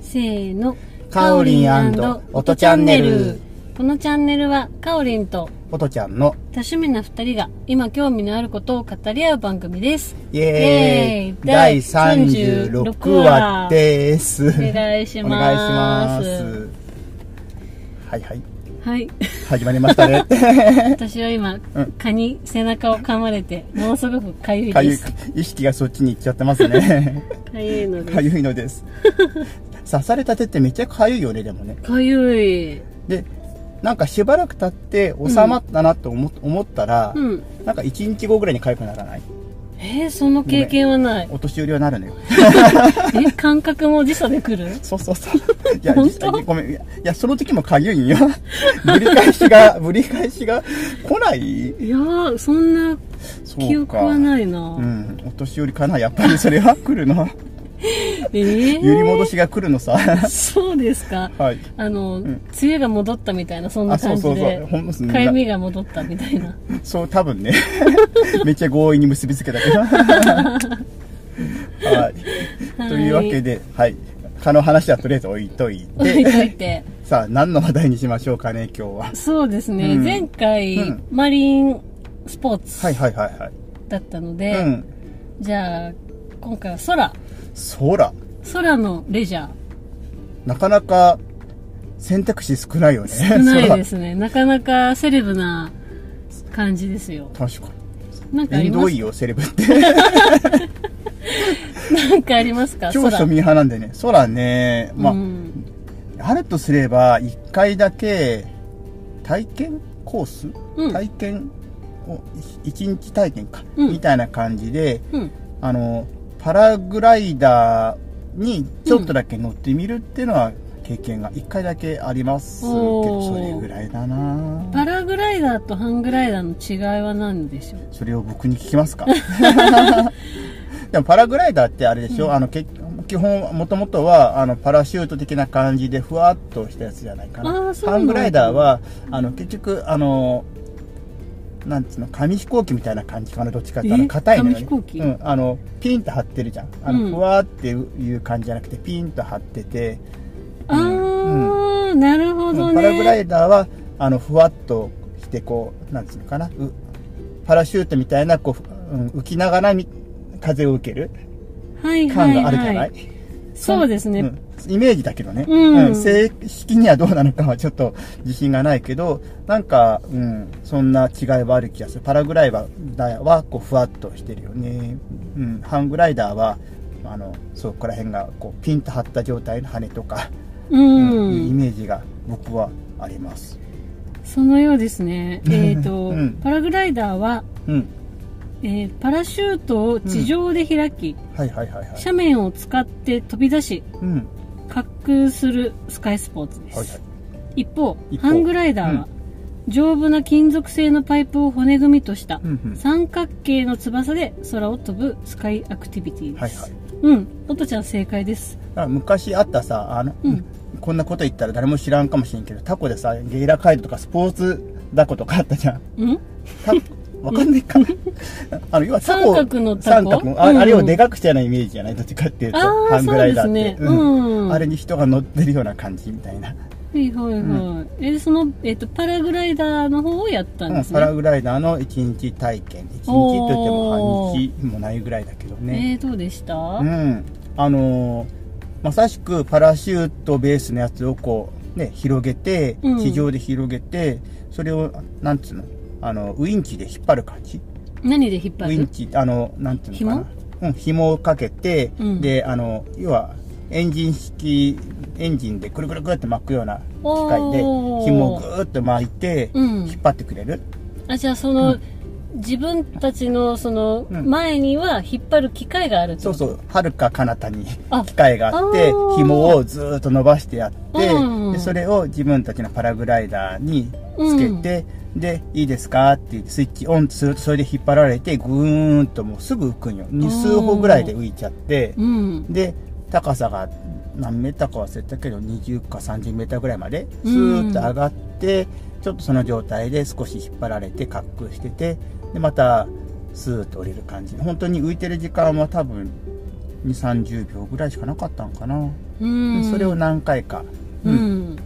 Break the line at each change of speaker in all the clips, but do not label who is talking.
せーの。
かおりんおとチャンネル。
このチャンネルは、かおりんと
おとちゃんの
多趣味な二人が今興味のあることを語り合う番組です。
イエーイ
イエーイ
第36話です。お
お願いします
願いしますはいはい。
はい。
始まりまし たね。
私は今、蚊に背中を噛まれて、ものすごくかゆい
かゆ
で
い
す。
意識がそっちに行っちゃってますね。
かゆいの
か
です。
ゆい のです。刺された手ってめっちゃかゆいよね、でもね。
かゆい。
で、なんかしばらく経って収まったなと思,、思ったら、
うん。
なんか1日後ぐらいにかゆくならない
えー、その経験はない。
お年寄りはなるのよ。
え、感覚も時差で来る
そうそうそう。いや、
本当
実際にごめん。いや、いやその時もかゆいんよ。ぶり返し が、ぶり返しが来ない
いやー、そんな
そうか。
記憶はないな。
うん。お年寄りかなやっぱりそれは来るな。
えー、
揺り戻しが来る のさ。
そうですか。
はい。
あの、
ん
梅雨が戻ったみたいな、そんな
あ、そ
感
う
じ
そうそう。
で。
ほんのす
かゆみが戻ったみたいな。
そう、多分ね。めっちゃ強引に結びつけた けど。はい。 というわけで、はい。蚊の話はとりあえず置いとい
置い
て。
といて。
さあ、何の話題にしましょうかね、今日は。
そうですね、
うん
前回、
うん
マリンスポー
はい
ツ
はいはいはい。
だったので、
うん。
じゃあ、今回は空。
空。
空のレジャー。
なかなか選択肢少ないよね。
少ないですね。なかなかセレブな感じですよ。
そら。確か
なんかあ
に。
り
縁
ま
遠
す
いよ、セレブって。
なんかありますか
超
空。
庶民派なんでね。空ね、まあ、
うん、
あるとすれば、一回だけ、体験コース、
うん
体験を、い一日体験か、
うん
みたいな感じで、
うん。
あの、パラグライダーにちょっとだけ乗ってみるっていうのは、経験が一回だけありますけど、
お
そ
ー
れぐらいだな
パラグライダーとハングライダーの違いは何でしょう
それを僕に聞きますか でもパラグライダーってあれでしょ、あのけ基本もともとはあのパラシュート的な感じでふわっとしたやつじゃないか
あ
な
ーそうな
ハ
んだ
ングライダーはあの結局あのなんつうの紙飛行機みたいな感じかなどっちかっていうとあ
え
の硬いのよ、ね、
紙飛行機
うん、あのピンと張ってるじゃんあの、
うん
ふわっていう感じじゃなくてピンと張ってて、
あー、なるほどね。
パラグライダーはあのふわっとしてこうなんつうのかなうパラシュートみたいなこう、ふうん浮きながらみ風を受ける
はいは
感
い
があるじ
は
ゃない、
い。そうですね。
うんイメージだけどね、
うん
正式にはどうなのかはちょっと自信がないけどなんか、うん、そんな違いはある気がするパラグライダーはこうふわっとしてるよね、うん、ハングライダーはあのそこら辺がこうピンと張った状態の羽とか、
うん。
いうイメージが僕はあります
そのようですね。えっ、と、
うん
パラグライダーは、
うん
えーパラシュートを地上で開き、
はいはいはいはい。
斜面を使って飛び出し、
うん。は
滑空するスカイスポーツで
い
す。
はい。
一方
一方
ハングライダーは、丈夫な金属製のパイプを骨組みとした、
うんうん。
三角形の翼で空を飛ぶスカイアクティビティです。
はいはい。
うん、おとちゃん正解です。
だから昔あったさ、あの、
うん
こんなこと言ったら誰も知らんかもしれんけど、タコでさ、ゲイラカイドとかスポーツダコとかあったじゃん。
うん
タ わかんないか。あの、要はタコ。
三角のタ
三
コ
角あ。
うん
あれをでかくしたようなイメージじゃないどっちかっていうと、
あー
ハングライダーっ
そうで
て。
すねうん
あれに人が乗ってるような感じみたいな。
はいはいはい。え、その、えっ、と、パラグライダーの方をやったん
うん
です
パ
ね。
ラグライダーの一日体験。一日といっても半日もないぐらいだけどね。
えー、どうでした、
うん、あのーまさしくパラシュートベースのやつをこう、ね、広げて、
うん
地上で広げて、それを、なんつうの、あの、ウインチで引っ張る感じ。
何で引っ
ウ
張
イン
る
チ、あの、なんていうのかな。うん、紐をかけて、
うん
で、あの、要は、エンジン式、エンジンでくるくるくるって巻くような機械で、
おー
紐をぐーっと巻いて、
うん
引っ張ってくれる。
あじゃあその、自分たちのその
うん
前には引っ張る機会があるって
そ
こ
う
と
そう、はるか彼方に
あ
機械があって
あー、
紐をずーっと伸ばしてやって、
うん
でそれを自分たちのパラグライダーにつけて、で、いいですかって言ってスイッチオンすると、それで引っ張られて、ぐーんともうすぐ浮くんよ。二数歩ぐらいで浮いちゃって、
うん
で、高さが何メーターか忘れたけど、20か30メーターぐらいまで、
う
ス
ん
ーッと上がって、ちょっとその状態で少し引っ張られて、滑空してて、で、また、スーッと降りる感じ。本当に浮いてる時間は多分、 230秒ぐらいしかなかったのかな、
うん
それを何回か、
う
うん
ん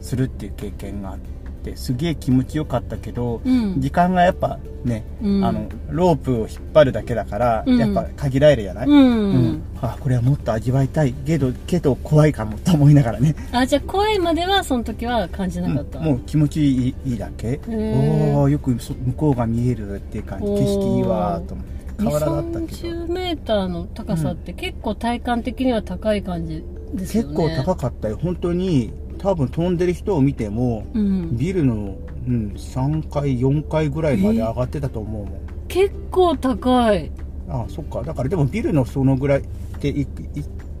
するっていう経験があってすげえ気持ちよかったけど、
うん
時間がやっぱね、
うん
あのロープを引っ張るだけだから、
うん
やっぱ限られるじゃない、
うん、
うんあこれはもっと味わいたいけどけど怖いかもと思いながらね、
あじゃあ声まではその時は感じなかった、
うんもう気持ちいいいいだけ
ー
おおよくそ向こうが見えるっていう感じ
おー
景色いいわーと思って
2
変わらだったけど
3 0メーターの高さって結構体感的には高い感じですよ
結
ね
構高かったよ本当に多分飛んでる人を見ても
うん、
ビルの、うん、3階4階ぐらいまで上がってたと思うもん
結構高い
ああそっかだからでもビルのそのぐらいで 1,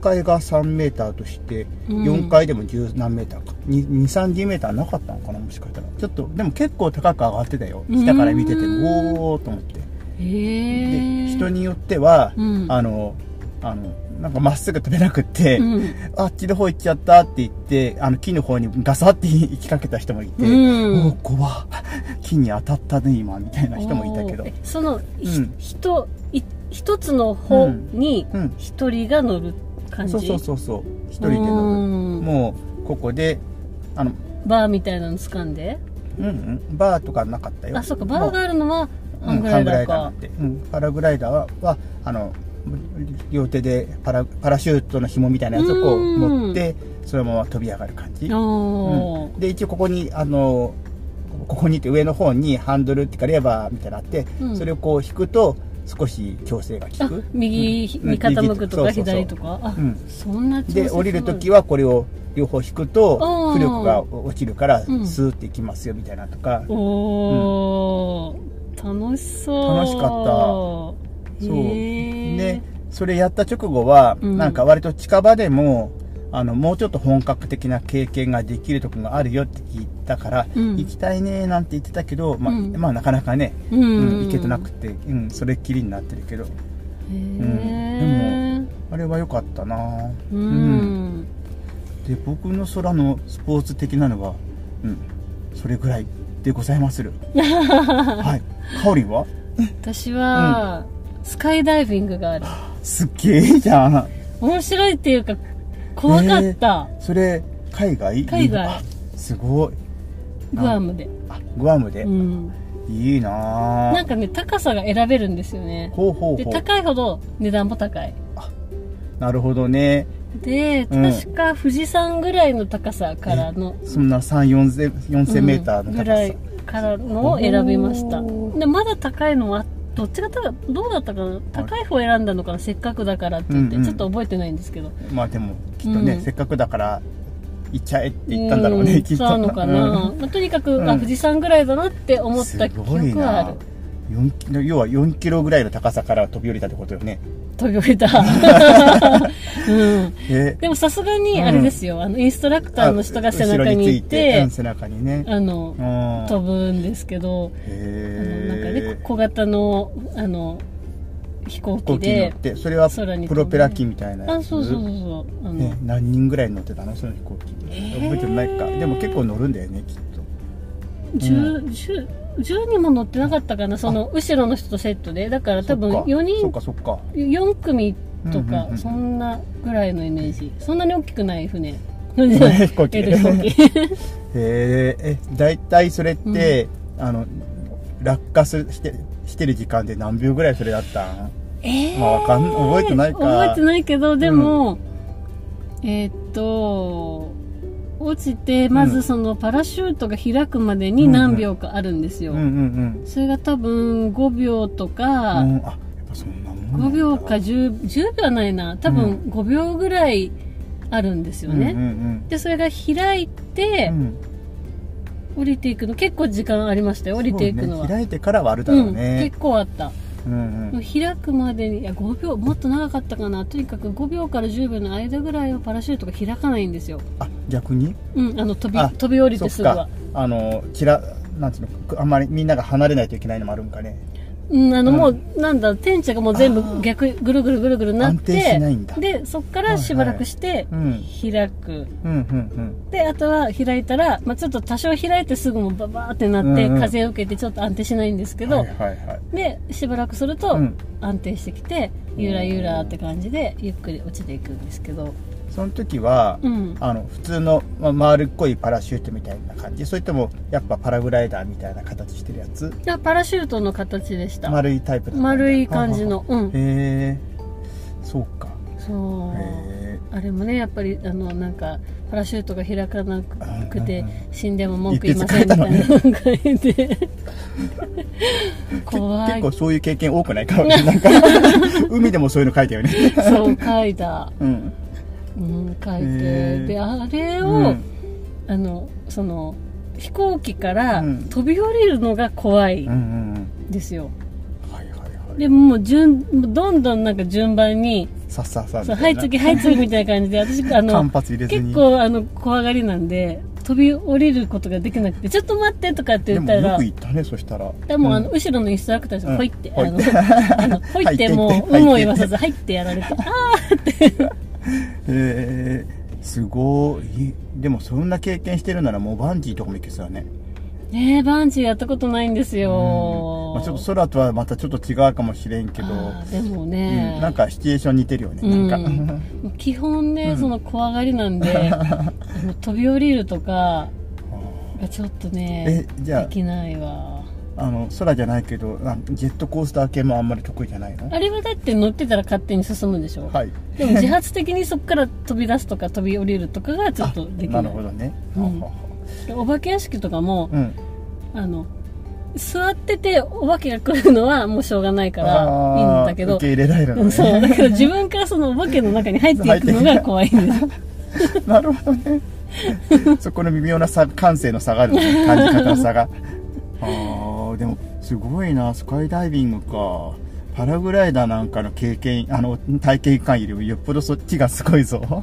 階が3メーターとして
うん
4階でも十何メーターか2 3 0メーターなかったのかなもしかしたらちょっとでも結構高く上がってたよ下から見てて
うん
もおおーと思っ
へ
てで
え
人によっては、
うん
あのあのなんかまっすぐ飛べなくって、
うん
あっちの方行っちゃったって言ってあの木の方にガサって行きかけた人もいて、
うん
おお怖っ木に当たったね今みたいな人もいたけど
おーえその、ひ
うん
人い一つの方に
うん
一人が乗る感じ、
そうそうそうそう一人で乗る
乗
もうここであの
バーみたいなの掴んで
うんうんバーとかなかったよ
あそっかバー
も
があるのは
う
ハ
うん
ングライダーか
ハングライダーなんて、うん、パラグライダーははあの両手でパラパラシュートの紐みたいなやつをこう
うん
持ってそのまま飛び上がる感じ
お
で一応ここにあのここにって上の方にハンドルっていうかレバーみたいなのあって、
うん
それをこう引くと少し調整が
ー
効く
あ右
うん
に傾くとか
右そうそうそう
左とかあ
うん
そんな調節
で降りる時
は
はこれを両方引くと
あー
浮力が落ちるからス
うん
ーッていきますよみたいなとか、
おお、楽しそう
楽し
っ
か
た
そう
ね
でそれやった直後は、
うん
なんか割と近場でもあのもうちょっと本格的な経験ができるとこがあるよって聞いたから、
うん
行きたいねなんて言ってたけど、まあ
うん
まあなかなかね、
うん、
うん行けてなくて、うん、それっきりになってるけど
へー
うんあれは良かったな
う
うん
ん
で僕の空のスポーツ的なのは、うん、それぐらいでござ いまするはいかおりんは
私は、スカイダイビングがある
すっげえじゃん
面白いっていうか怖かった、
それ海外
海外
あすごい
グアムで、
あグアムで、
うん、
いいな
なん
あ
かね高さが選べるんですよね
ほうほう
で
ほう
高いほど値段も高い
なるほどね
で
うん
確か富士山ぐらいの高さからの、
そんな3 4 0 0 0メーターの
ぐ
高
ら
さ
い、からのを選びました
おー
でまだ高いのはどっちが高いどうだったかな高い方選んだのかなせっかくだからって言って、
うんうん
ちょっと覚えてないんですけど
まあでもきっとね、
うん
せっかくだから行っちゃえって言ったんだろうね、
ん
きっと
そうなのかな、まあ、とにかく、あ
うん
富士山ぐらいだなって思った記
すごい
憶はあ
な
る
4キロ要は4キロぐらいの高さから飛び降りたってことよね
飛び降りた、 うん、
え
でもさすがにあれですよ、あのインストラクターの人が背中にい
後ろについ
て
うん背中にね
あの
うん
飛ぶんですけどあのなんかね
へ
小型のあの飛行
飛行
機
機に乗
で
ってそれは
空に飛んで
プロペラ機みたいなやつ
あそうそうそうそうあの、
ね、何人ぐらい乗ってたのその飛行機
ー
覚えてないかでも結構乗るんだよねきっとう
10, 10, 10人も乗ってなかったかなその後ろの人とセットでだから多分
そっか
4
そ
人
っかそっか
4組と
うんうんう
か
ん
そんなぐらいのイメージそんなに大きくない船船じゃない
飛行機
えっ
へ
と飛行機
ええ大体それって、あの落下するしてしてる時間で何秒ぐらいそれだったん
えー
まあわかん覚えてないか
覚えてないけどでも、えーっと落ちてまずそのパラシュートが開くまでに何秒かあるんですよ、
うんうん
それが多分5秒と
うん、
か、
うん、あやっぱそんなもんなんだ
5秒か 10, 10秒はないな多分5秒ぐらいあるんですよね、
うんうん
でそれが開いて
うんうん
降りていくの結構時間ありましたよ降りていくの
そう
は
ね、開いてからはあるだろう
うん、
ね
結、構あった
うんうん
もう開くまでにいや5秒もっと長かったかなとにかく5秒から10秒の間ぐらいはパラシュートが開かないんですよ、
あ逆に
うん、あの飛び
あ
飛び降り
そ
て
っ
すぐは
かあのちらなんつうのあんまりみんなが離れないといけないのもあるんかね
うん、あの
うん
もう、なんだ天地がもう全
あー
部逆ぐるぐるぐるぐるなっ
安定してないんだ
でそっからしばらくして
はいは
開
い
く
うんうんうん
であとは開いたら、まあ、ちょっと多少開いてすぐもババーってなって、
うんうん
風を受けてちょっと安定しないんですけど、
はいはいはい
でしばらくすると
うん
安定してきて、ゆらゆらって感じでゆっくり落ちていくんですけど
その時は、
うん
あの普通の、まあ、丸っこいパラシュートみたいな感じそれともやっぱパラグライダーみたいな形してるやつ
いやパラシュートの形でした
丸いタイプだったんだ
丸い感じのうん
へえそうか
そ
へ
う
え
あれもねやっぱりあのなんかパラシュートが開かなくて
うんうん
死んでも文句言いませんみたいなのがいて
け
怖
結
い
構そういう経験多くないかな んか海でもそういうの書いたよね
そう書いた、
うん
うん、書い
へ
て
ー
であれを、
うん
あのその飛行機から
うん
飛び降りるのが怖い
うんうん
ですよ、
うんはいはいはい
でもう順どんどんなんか順番に
さっさっさ
「
み
そう
た
はい
な
次はい次」みたいな感じで私 あ
間
の
髪入れずに
結構あの怖がりなんで飛び降りることができなくて「ちょっと待って」とかって
で
言っ
も
た
よ
ら
く行ったねそしたら
でも、あの
うん
後ろのインストラクターさん
うん
ほいって、
ほい
あの、 あのほいっても
入って
う、有無を言わさず、入ってやられて、あ
へえすごいでもそんな経験してるならもうバンジーとかも行けそうだね
ねえ、バンジーやったことないんですよ。
うんまあ、ちょっと空とはまたちょっと違うかもしれんけど、
あーでも
う
ね、
ん、なんかシチュエーション似てるよね、なんか
うん基本ね、
うん
その怖がりなんで あの飛び降りるとかがちょっとね
えじゃあ
できないわ
あの空じゃないけどあジェットコースター系もあんまり得意じゃないの
あれはだって乗ってたら勝手に進むでしょ、
はい
でも自発的にそこから飛び出すとか飛び降りるとかがちょっとできな
あ
い
るほどね、
うん
ははは
でお化け屋敷とかも、
うん、
あの座っててお化けが来るのはもうしょうがないからいいんだけ
あー
ど
受け入れられるの
うんそう
ね
だけど自分からそのお化けの中に入っていくのが怖 いんです
なるほどね そこの微妙なさ感性の差があるね感じ方の差 があーでもすごいなスカイダイビングかパラグライダーなんかの経験あの体験感よりよっぽどそっちがすごいぞ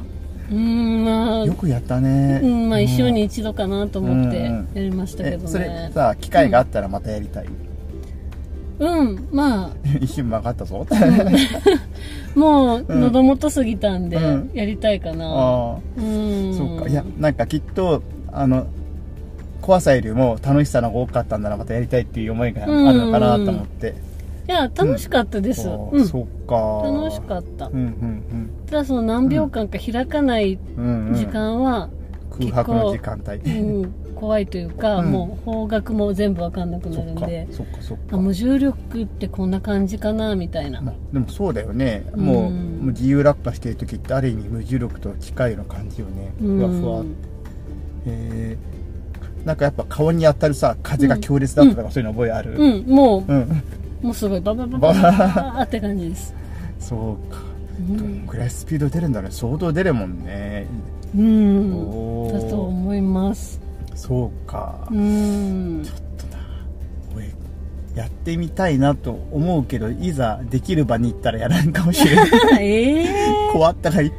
うんまあ
よくやったね、
うん、まあ一生
うん
に一度かなと思って
うん
やりましたけど
え
ね。
それさ機会があったらまたやりたい、
うん、まあ、
一瞬曲がっ たぞ、
もう
うん
喉元すぎたんで
うん、
やりたいかな。
あ
うん。
あそうかいやなんかきっとあの怖さよりも楽しさの方が多かったんだなまたやりたいっていう思いがあるのかなと思って、
いや、楽しかったです。
そう
うん。
そっか
楽しかった
う。んうん
ただその何秒間か開かない
うんうんうん
時間は、
空白の時間
う
帯、
ん、怖いというか、
うん
もう方角も全部わかんなく
そ
なる
っ
ん
か
で、
そっかそっ
あ
か
無重力ってこんな感じかな、みたいな。
まあでもそうだよね
う
もう,、
ん
もう自由落下してる時ってある意味無重力と近いような感じよね
うん
ふわふわってへーなんかやっぱ顔に当たるさ風が強烈だったとか、そういうの覚えある
うん、も
うん、
う、もうすごい、ババババババーって感じです。
そうか
うん
どんぐらいスピード出るんだろうね相当出るもんね、
うん。
お
だと
ー
思います。
そうか、
うん。
俺やってみたいなと思うけどいざできる場に行ったらやらんかもし れない
ええ
怖ったらい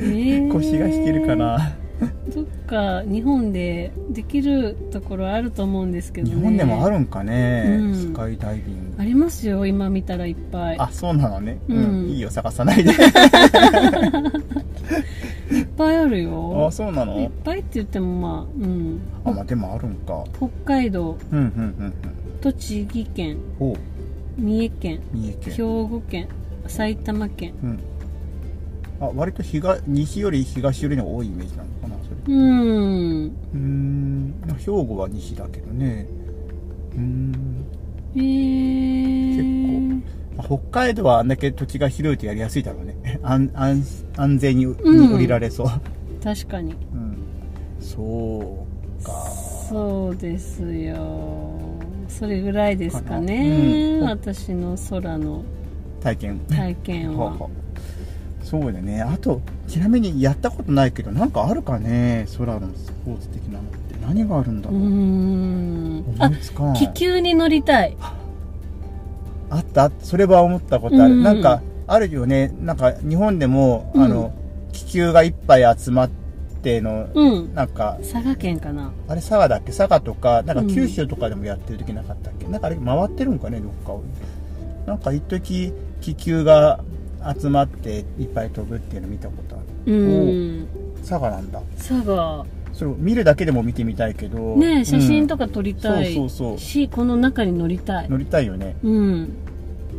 ー
腰が引けるか。な、
どっか日本でできるところあると思うんですけど
日
ね。
本でもあるんかね、
うん
スカイダイビング
ありますよ、今見たらいっぱい。
あそうなのね、うん
うん
いいよ探さ ないで
いっぱいある
あ
よ。
そうない
っ
の
ぱいって言ってもまあ、うん。
あまあでもあるんか
北海道、
うんうんうん
栃木県、
うんおう
三重県、
三重県
兵庫県、埼玉県。
うん、あ割と東西より東よりの多いイメージなのかなそれう
うん。
ーんまあ兵庫は西だけどねうーん、
えー、
結まあ、北海道はあんだけ土地が広いとやりやすいだろうね 安安安全に
うん
降りられそう、
確かに。
うんそうか
そうですよそれぐらいですか
かな
ね、
うん
私の空の
体験
体験
は
は
あはあそうだねあとちなみにやったことないけどなんかあるかね空のスポーツ的なのって何があるんだ
うー
ろう、
んあ
思いつかない
気球に乗りたい
あったあったそれは思ったことある、
うん
なんかあるよねなんか日本でも、
うん
あの気球がいっぱい集まっての、
うん
なんか
佐賀県かな
あれ佐賀だっけ佐賀とかなんか
うん
九州とかでもやってる時なかったっけ、なんかあれ回ってるんかねどっかをなんか一時気球が集まっていっぱい飛ぶっていうの見たことある
うん
佐賀なんだ
佐賀
それを見るだけでも見てみたいけど
ねえ写真
か、
とか撮り
うん
た
そう
い
そうそう
しこの中に乗りたい
乗りたいよね
うん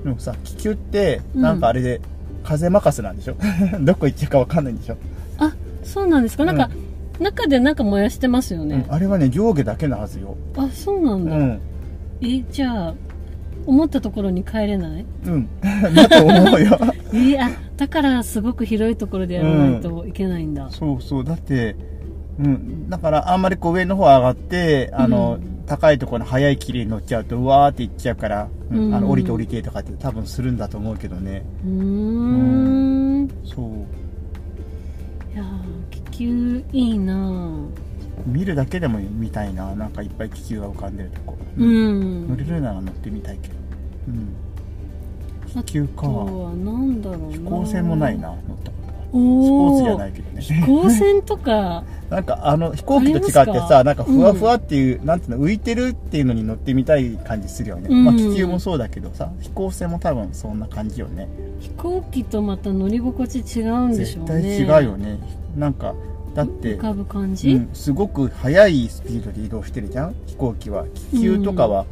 でもさ気球ってなんかあれで風任せなんでしょ どこ行っちゃうかわかんないんでしょ、
あそうなんですかなんか、中でなんか燃やしてますよね
うん、、あれはね上下だけなはずよ
あそうなん
う
だ、
ん
えじゃあ思ったところに帰れない
うん だと思うよ
いやだからすごく広いところでやらないといけないんだ、
そうそうだってうん、だからあんまりこう上の方上がってあの、
うん
高いところの速い霧に乗っちゃうとうわーって行っちゃうから、うんあ
う
の
ん
降りて降りてとかって多分するんだと思うけどね
うーん
そう
いやー気球いいなぁ
見るだけでも見たいななんかいっぱい気球が浮かんでるとこ、
う
乗
ん
れるなら乗ってみたいけど、うん、
あ
気球か
とはなんだろうな
飛行船もないな乗ったことは
お
スポーツじゃ
お
ない
ー
けど
飛
ね
行船とか
なんかあの飛行機と違って
ありますか
さなんかふわふわっていう、なんていうの浮いてるっていうのに乗ってみたい感じするよね、
うん
まあ気球もそうだけどさ飛行船も多分そんな感じよね
飛行機とまた乗り心地違うんでしょう
絶対
ね
違うよねなんかだって
浮かぶ感
う
じ
ん、すごく速いスピードで移動してるじゃん飛行機は気球とかは、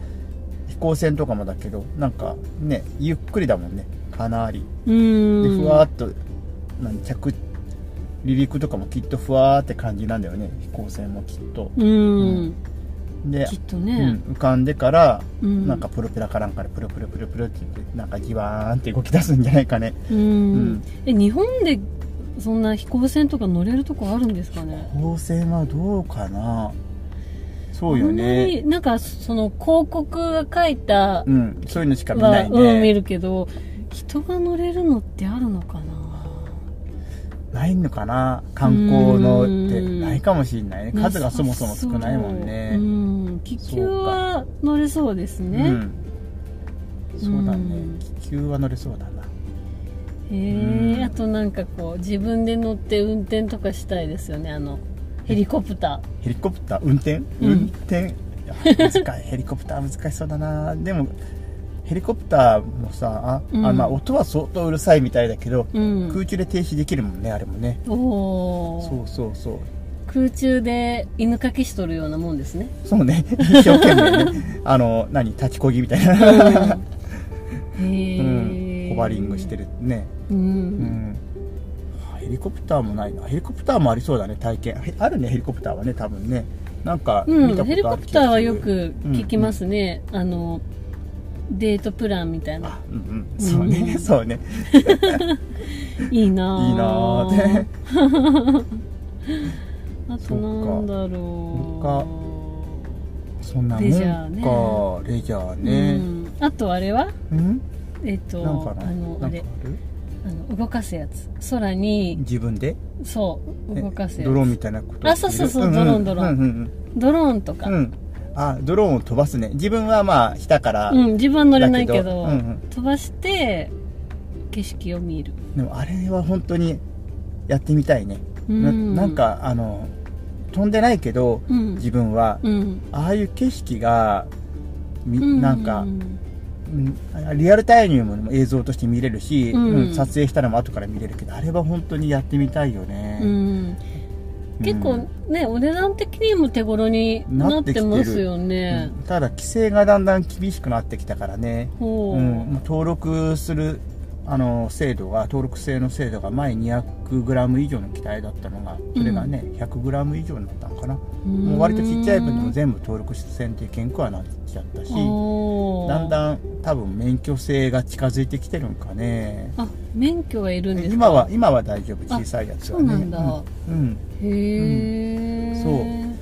飛行船とかもだけどなんかねゆっくりだもんねかなり
うん
でふわーっと何着離陸とかもきっとふわーって感じなんだよね飛行船もきっと
うん、
うんで
きっと
う
ね
ん、浮かんでから、
うん
なんかプロペラかなんかでプルプルプルプルって言ってなんかギワーンって動き出すんじゃないかね
うん、
うん
え日本でそんな飛行船とか乗れるとこあるんですかね
飛行船はどうかなそうよ
あんまり
ね
なんかその広告が書いた
うんそういうのしか見な
はい
ね、
うん、見るけど人が乗れるのってあるのかな
ないのかな観光のって
うん
ないかもしれないね
ね
数がそもそも少ないもんね
そううん気球は乗れそうです
う
ね
んそうだ
うん
ね気球は乗れそうだな
へ
うん
えあとなんかこう自分で乗って運転とかしたいですよねあのヘリコプタ
ヘリコプター運転
うん
運転、いや難しい ヘリコプター難しそうだなでもヘリコプターもさあ、
うん
あまあ、音は相当うるさいみたいだけど、
ーうん
空中で停止できるもんねあれもね
お
そ
お
うそうそう
空中で犬かきしとるようなもんです ね
そうね一生懸命 ねあの何立ちこぎみたいな、
うん
う
へ
ん
え、
ホバリングしてるね
うん、
うんヘリコプターもないなヘリコプターもありそうだね体験へあるねヘリコプターはね多分ねなんか
うん
見たことある気がす
ヘ
る、
リコプターはよく聞きますね、あのデートプランみたいな
あうんうんそうね、
うん
そうね
いいなぁ
いいなーって
あとなんだろ
そんなもんか
レ
レ
ジ
ジ
ャ
ャ
ー
ー
ね
ね
ううん、あとあれは
うん、
えっ、と
なんかな
あの
な
あ
んか
れ
ある
あの動かすやつ空に
自分で
そう
え
動かすやつ
ドローンみたいなこと
あそうそうそう
するんん
ドローン
うんうん
ドローンとか、
うん、
う
うんんあドローンを飛ばすね自分はまあ下から、
自分は乗れないけど
だけどうんうん
飛ばして景色を見る、
でもあれは本当にやってみたいね、
う
ななん、かあの飛んでないけど
うん、
自分は
うん
ああいう景色がみ
う
なんか、
う
うんリアルタイムも映像として見れるし、
うん
うん撮影したのも後から見れるけどあれは本当にやってみたいよね、
うん結構
うん
ねお値段的にも手頃になってますよね
うんただ規制がだんだん厳しくなってきたからね、
ほう、
うん、もう登録するあの制度が登録制の制度が前 200g 以上の機体だったのがそれがね、100g 以上になったのかな、もう割とちっちゃい分でも全部登録せんといけんくはなっちゃったし、
部
だんだん多分免許制が近づいてきてるんかね
あ免許はいるんですか
今は今は大丈夫小さいやつ
そ
は
う
ね
なんだ、
うん
へえ、
うんうん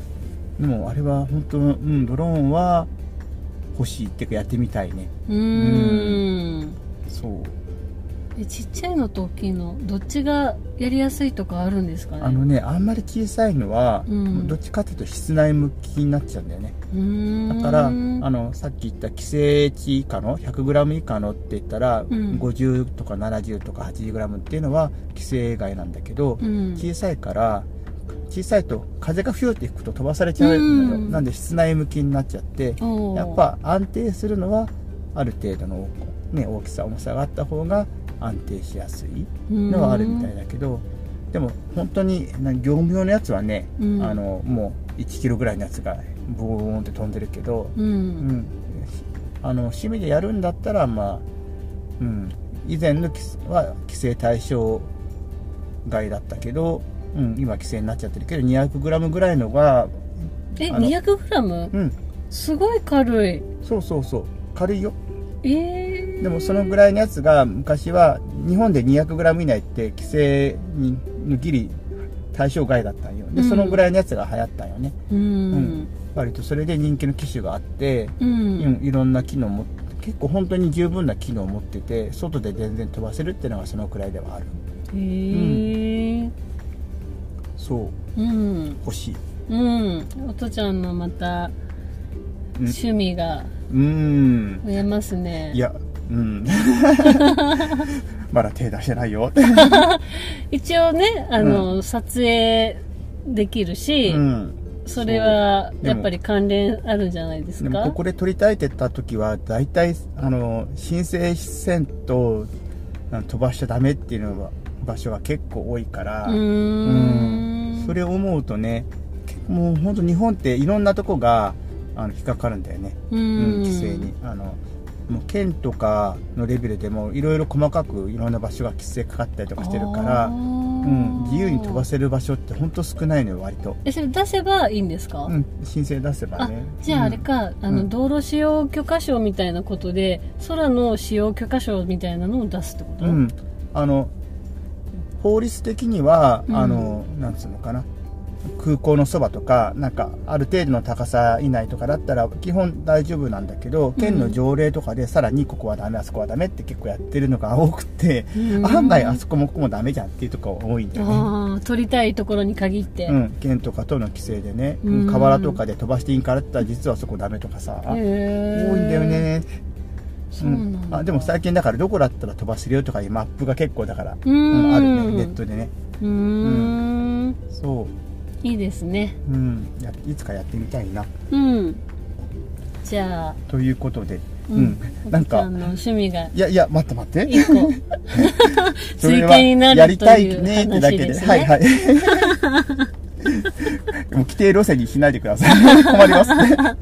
でもあれは本当うんドローンは欲しいっていうかやってみたいね
うーん
そう
えちっちゃいのと大きいのどっちがやりやすいとかあるんですかね
あのねあんまり小さいのは、
うん
どっちかっていうと室内向きになっちゃうんだよね
うー
だ
ん
からあのさっき言った規制値以下の 100g 以下のって言ったら、
ん
50とか70とか 80g っていうのは規制外なんだけど、
うん
小さいから小さいと風がフューって吹くと飛ばされちゃうのよ、
うん
なんで室内向きになっちゃって
おー
やっぱ安定するのはある程度の、ね、大きさ重さがあった方が安定しやすいのはあるみたいだけど、でも本当にな業務用のやつはね、
うん
あのもう1キロぐらいのやつがボーンって飛んでるけど、
う
うん
ん
あの趣味でやるんだったらまあうん、以前の規制は規制対象外だったけど、うん、今規制になっちゃってるけど 200g ぐらいのが、
え
あの
200g
うん、
すごい軽い
そうそうそう軽いよ
えー、
でもそのぐらいのやつが昔は日本で 200g 以内って規制にのぎり対象外だったんよで
うん
そのぐらいのやつが流行ったんよね、
うん
割とそれで人気の機種があって、
う
うん
ん
いろんな機能も結構本当に十分な機能を持ってて外で全然飛ばせるっていうのがそのくらいではある
えー
そう
うん
欲しい
うんおとちゃんのまた
ん
趣味が
うん
増えますね
いやうん まだ手出してないよ
一応ねあの、撮影できるし、
うん
それは
そう
やっぱり関連あるんじゃないです
で
か
もここで撮りたいって言った時は大体あの申請せんとあの飛ばしちゃダメっていうのが場所が結構多いから、
うーん
それを思うとねもう本当日本っていろんなとこがあの引っかかるんだよね、
う
うん
ん
規制にあのもう県とかのレベルでもいろいろ細かくいろんな場所が規制かかったりとかしてるから、うん、自由に飛ば
す
せる場所って本当少ないのよ割と、
えそれ出せばいいんですか、
うん、申請出せば
あ
ね
じゃああれ、か、あ
う
の
ん
道路使用許可証みたいなことで空の使用許可証みたいなのを出すってこと、
うんうんあの法律的には、
うん
あのなんつうのかな空港のそばとかなんかある程度の高さ以内とかだったら基本大丈夫なんだけど県の条例とかでさらにここはダメあそこはダメって結構やってるのが多くて、
うん
案外あそこもここもダメじゃんっていうとこ多いんだよね。
ああ撮りたいところに限って、
うん、県とかとの規制でね、
うん
河原とかで飛ばしていいんからって言ったら実はそこダメとかさ、
へー
多いんだよね、
そうなんだ、
あでも最近だからどこだったら飛ばせるよとかいうマップが結構だから、
うん
うんあるねネットでね
うーん
そ
いいですね
う、うん、やいつかやってみたいな
うんじゃあ、
ということで、う
うんん、
な
なんん
か
の趣味が
いやいや待って待って
一個
それ
追
は
加にな
や
る
り
と
たい
いう
ねって
話
だけで
ですね。
は いはいもう規定路線にしないでください 困りますねは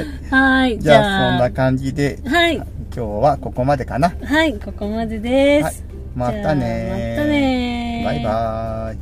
い
はい
じ
じ
ゃ
ゃ
あそん
あ
な感じで
はい
今日はここまでかな。
はいここまでで
はい
す。、
また
じゃあ
ね
またねー
バイバーイ。